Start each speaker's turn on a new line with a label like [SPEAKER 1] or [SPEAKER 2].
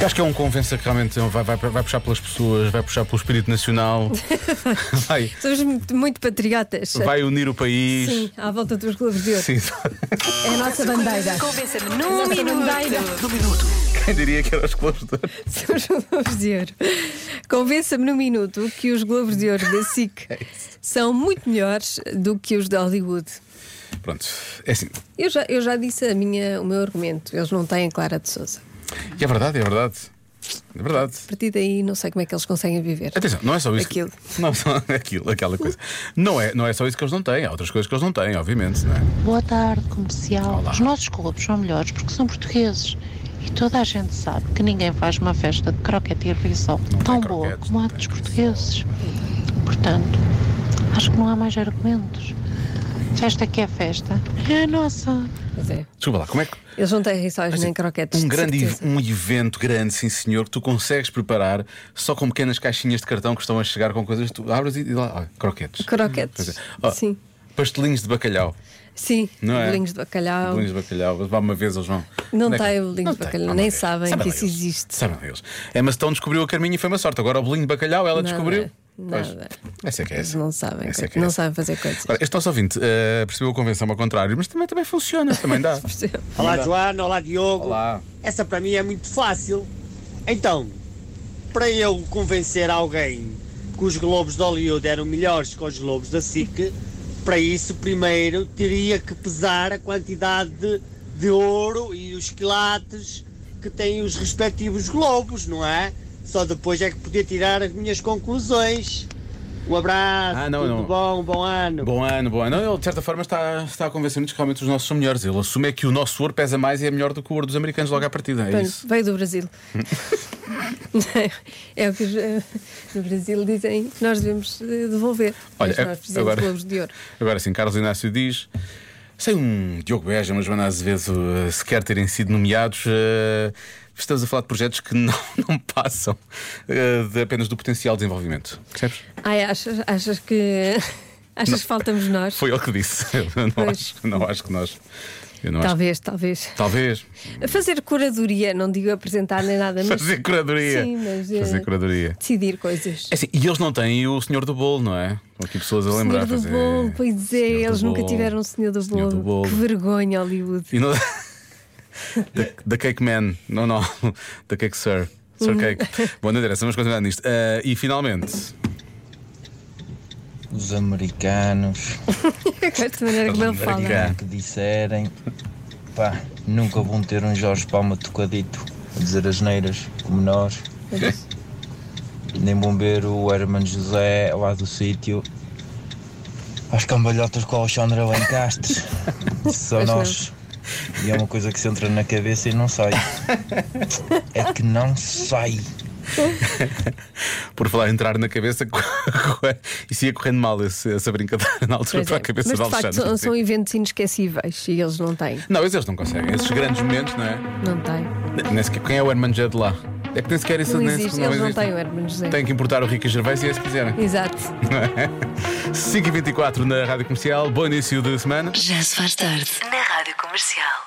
[SPEAKER 1] Eu acho que é um convencer que realmente vai, vai- vai puxar pelas pessoas, vai puxar pelo espírito nacional, vai,
[SPEAKER 2] Somos muito, muito patriotas.
[SPEAKER 1] vai unir o país.
[SPEAKER 2] Sim, à volta dos Globos de Ouro.
[SPEAKER 1] Sim.
[SPEAKER 2] É a nossa bandeira.
[SPEAKER 3] Convença-me
[SPEAKER 2] Nossa
[SPEAKER 3] num
[SPEAKER 2] bandeira.
[SPEAKER 3] minuto.
[SPEAKER 1] Quem diria que era os Globos de Ouro?
[SPEAKER 2] São os Globos de Ouro. Convença-me no minuto que os Globos de Ouro da SIC
[SPEAKER 1] É
[SPEAKER 2] são muito melhores do que os de Hollywood.
[SPEAKER 1] Pronto, é assim.
[SPEAKER 2] Eu já, eu já disse a minha, o meu argumento. Eles não têm Clara de Souza.
[SPEAKER 1] E é verdade, é verdade. É verdade.
[SPEAKER 2] A partir daí, não sei como é que eles conseguem viver.
[SPEAKER 1] Atenção, não é só isso.
[SPEAKER 2] Aquilo.
[SPEAKER 1] Não é só aquilo, aquela coisa. Não é, não é só isso que eles não têm, há outras coisas que eles não têm, obviamente, não é?
[SPEAKER 4] Boa tarde, comercial.
[SPEAKER 1] Olá.
[SPEAKER 4] Os nossos clubes são melhores porque são portugueses. E toda a gente sabe que ninguém faz uma festa de croquete e risol
[SPEAKER 1] Não tem
[SPEAKER 4] tão boa
[SPEAKER 1] croquetes,
[SPEAKER 4] como
[SPEAKER 1] não
[SPEAKER 4] a
[SPEAKER 1] tem
[SPEAKER 4] dos portugueses. Portanto, acho que não há mais argumentos. Festa que é festa é a nossa.
[SPEAKER 2] Mas é.
[SPEAKER 1] Desculpa lá, como é que.
[SPEAKER 2] Eles não têm rissóis nem croquetes.
[SPEAKER 1] um
[SPEAKER 2] de
[SPEAKER 1] grande ev-
[SPEAKER 2] certeza.
[SPEAKER 1] um evento grande, sim senhor, que tu consegues preparar só com pequenas caixinhas de cartão que estão a chegar com coisas, tu abres e, e lá, ó, croquetes. Pois
[SPEAKER 2] Croquetes.
[SPEAKER 1] é. Ó,
[SPEAKER 2] Sim.
[SPEAKER 1] Pastelinhos de bacalhau.
[SPEAKER 2] Sim,
[SPEAKER 1] Não é?
[SPEAKER 2] bolinhos de bacalhau.
[SPEAKER 1] Bolinhos de bacalhau. Vá uma vez eles vão.
[SPEAKER 2] Não
[SPEAKER 1] Onde
[SPEAKER 2] tá
[SPEAKER 1] é que-
[SPEAKER 2] tem bolinhos
[SPEAKER 1] Não
[SPEAKER 2] de
[SPEAKER 1] tem,
[SPEAKER 2] bacalhau,
[SPEAKER 1] vá uma
[SPEAKER 2] nem
[SPEAKER 1] vez.
[SPEAKER 2] sabem que
[SPEAKER 1] lá
[SPEAKER 2] isso
[SPEAKER 1] eles.
[SPEAKER 2] existe.
[SPEAKER 1] Sabem lá eles. Emma Stone É, descobriu a Carminha e foi uma sorte. Agora o bolinho de bacalhau ela
[SPEAKER 2] Nada,
[SPEAKER 1] descobriu.
[SPEAKER 2] nada.
[SPEAKER 1] Pois, essa é que é
[SPEAKER 2] Eles
[SPEAKER 1] essa.
[SPEAKER 2] não sabem.
[SPEAKER 1] Essa é que é
[SPEAKER 2] não
[SPEAKER 1] essa.
[SPEAKER 2] sabem fazer coisas.
[SPEAKER 1] Ora, este nosso ouvinte eh, percebeu a convenção ao contrário, mas também, também funciona, também dá.
[SPEAKER 5] Olá Joana, olá Diogo.
[SPEAKER 1] Olá.
[SPEAKER 5] Essa para mim é muito fácil. Então, para eu convencer alguém que os Globos de Hollywood eram melhores que os Globos da SIC, para isso primeiro teria que pesar a quantidade de, de ouro e os quilates que têm os respectivos globos, não é? Só depois é que podia tirar as minhas conclusões. Um abraço,
[SPEAKER 1] Ah, não,
[SPEAKER 5] tudo
[SPEAKER 1] não.
[SPEAKER 5] bom, bom ano.
[SPEAKER 1] Bom ano, bom ano. Ele, de certa forma, está, está a convencer-nos que realmente os nossos são melhores. Ele assume é que o nosso ouro pesa mais e é melhor do que o ouro dos americanos logo à partida. É
[SPEAKER 2] Pronto,
[SPEAKER 1] isso.
[SPEAKER 2] veio do Brasil. é o que os, eh, no Brasil dizem que nós devemos eh, devolver.
[SPEAKER 1] Olha, é-
[SPEAKER 2] Mas nós precisamos
[SPEAKER 1] agora-
[SPEAKER 2] de é globos de ouro.
[SPEAKER 1] Agora sim, Carlos Inácio diz. Sem um Diogo Beja, uma Joana Azevedo eh, sequer terem sido nomeados, eh, estamos a falar de projetos que não, não passam eh, de apenas do potencial de desenvolvimento. Percebes?
[SPEAKER 2] Ai, achas, achas que. Achas que faltamos nós?
[SPEAKER 1] Foi ele que disse. Eu não,
[SPEAKER 2] Pois. Tá
[SPEAKER 1] acho, não acho que nós. Eu não acho.
[SPEAKER 2] Talvez, talvez.
[SPEAKER 1] Talvez.
[SPEAKER 2] Fazer curadoria, não digo apresentar nem nada, mas
[SPEAKER 1] Fazer curadoria.
[SPEAKER 2] Sim, mas, eh,
[SPEAKER 1] Fazer curadoria.
[SPEAKER 2] decidir coisas.
[SPEAKER 1] É assim, e eles não têm o senhor do bolo, não é? Estão aqui pessoas a lembrar.
[SPEAKER 2] Senhor do
[SPEAKER 1] fazer-
[SPEAKER 2] bolo, pois é,
[SPEAKER 1] Senhor do
[SPEAKER 2] eles nunca
[SPEAKER 1] Bolo.
[SPEAKER 2] tiveram o senhor do
[SPEAKER 1] Senhor
[SPEAKER 2] bolo.
[SPEAKER 1] do Bolo.
[SPEAKER 2] Que vergonha, Hollywood.
[SPEAKER 1] E não... da, da Cake Man, não, não, da Cake Sir.
[SPEAKER 2] Uhum.
[SPEAKER 1] Sir Cake. Bom, André, vamos continuar nisto. Ah, e finalmente,
[SPEAKER 6] Os americanos
[SPEAKER 2] Gosto de maneira como ele fala.
[SPEAKER 1] Cá.
[SPEAKER 6] que disserem pá, nunca vão ter um Jorge Palma tocadito a dizer as neiras como nós. Nem vão ver o Herman José lá do sítio. As cambalhotas com o Alexandre Lancastre. Só
[SPEAKER 2] Pois não.
[SPEAKER 6] nós. E é uma coisa que se entra na cabeça e não sai. É que não sai.
[SPEAKER 1] por falar em entrar na cabeça, isso ia correndo mal esse- essa brincadeira na altura
[SPEAKER 2] Pois
[SPEAKER 1] para
[SPEAKER 2] é.
[SPEAKER 1] a cabeça
[SPEAKER 2] Mas
[SPEAKER 1] de
[SPEAKER 2] de facto
[SPEAKER 1] Alexandre.
[SPEAKER 2] são,
[SPEAKER 1] Sim.
[SPEAKER 2] são eventos inesquecíveis e eles não têm.
[SPEAKER 1] Não, esses eles não conseguem. Esses grandes momentos, não é?
[SPEAKER 2] Não têm.
[SPEAKER 1] Nem sequer, quem é o Herman José de lá? É que nem sequer isso
[SPEAKER 2] Não
[SPEAKER 1] nem
[SPEAKER 2] existe,
[SPEAKER 1] não
[SPEAKER 2] eles não
[SPEAKER 1] existe.
[SPEAKER 2] têm o Herman José.
[SPEAKER 1] Tem que importar o Rica Gervais e é se quiserem.
[SPEAKER 2] Exato.
[SPEAKER 1] 5h24 na Rádio Comercial, bom início de semana.
[SPEAKER 3] Já se faz tarde. Na Rádio Comercial.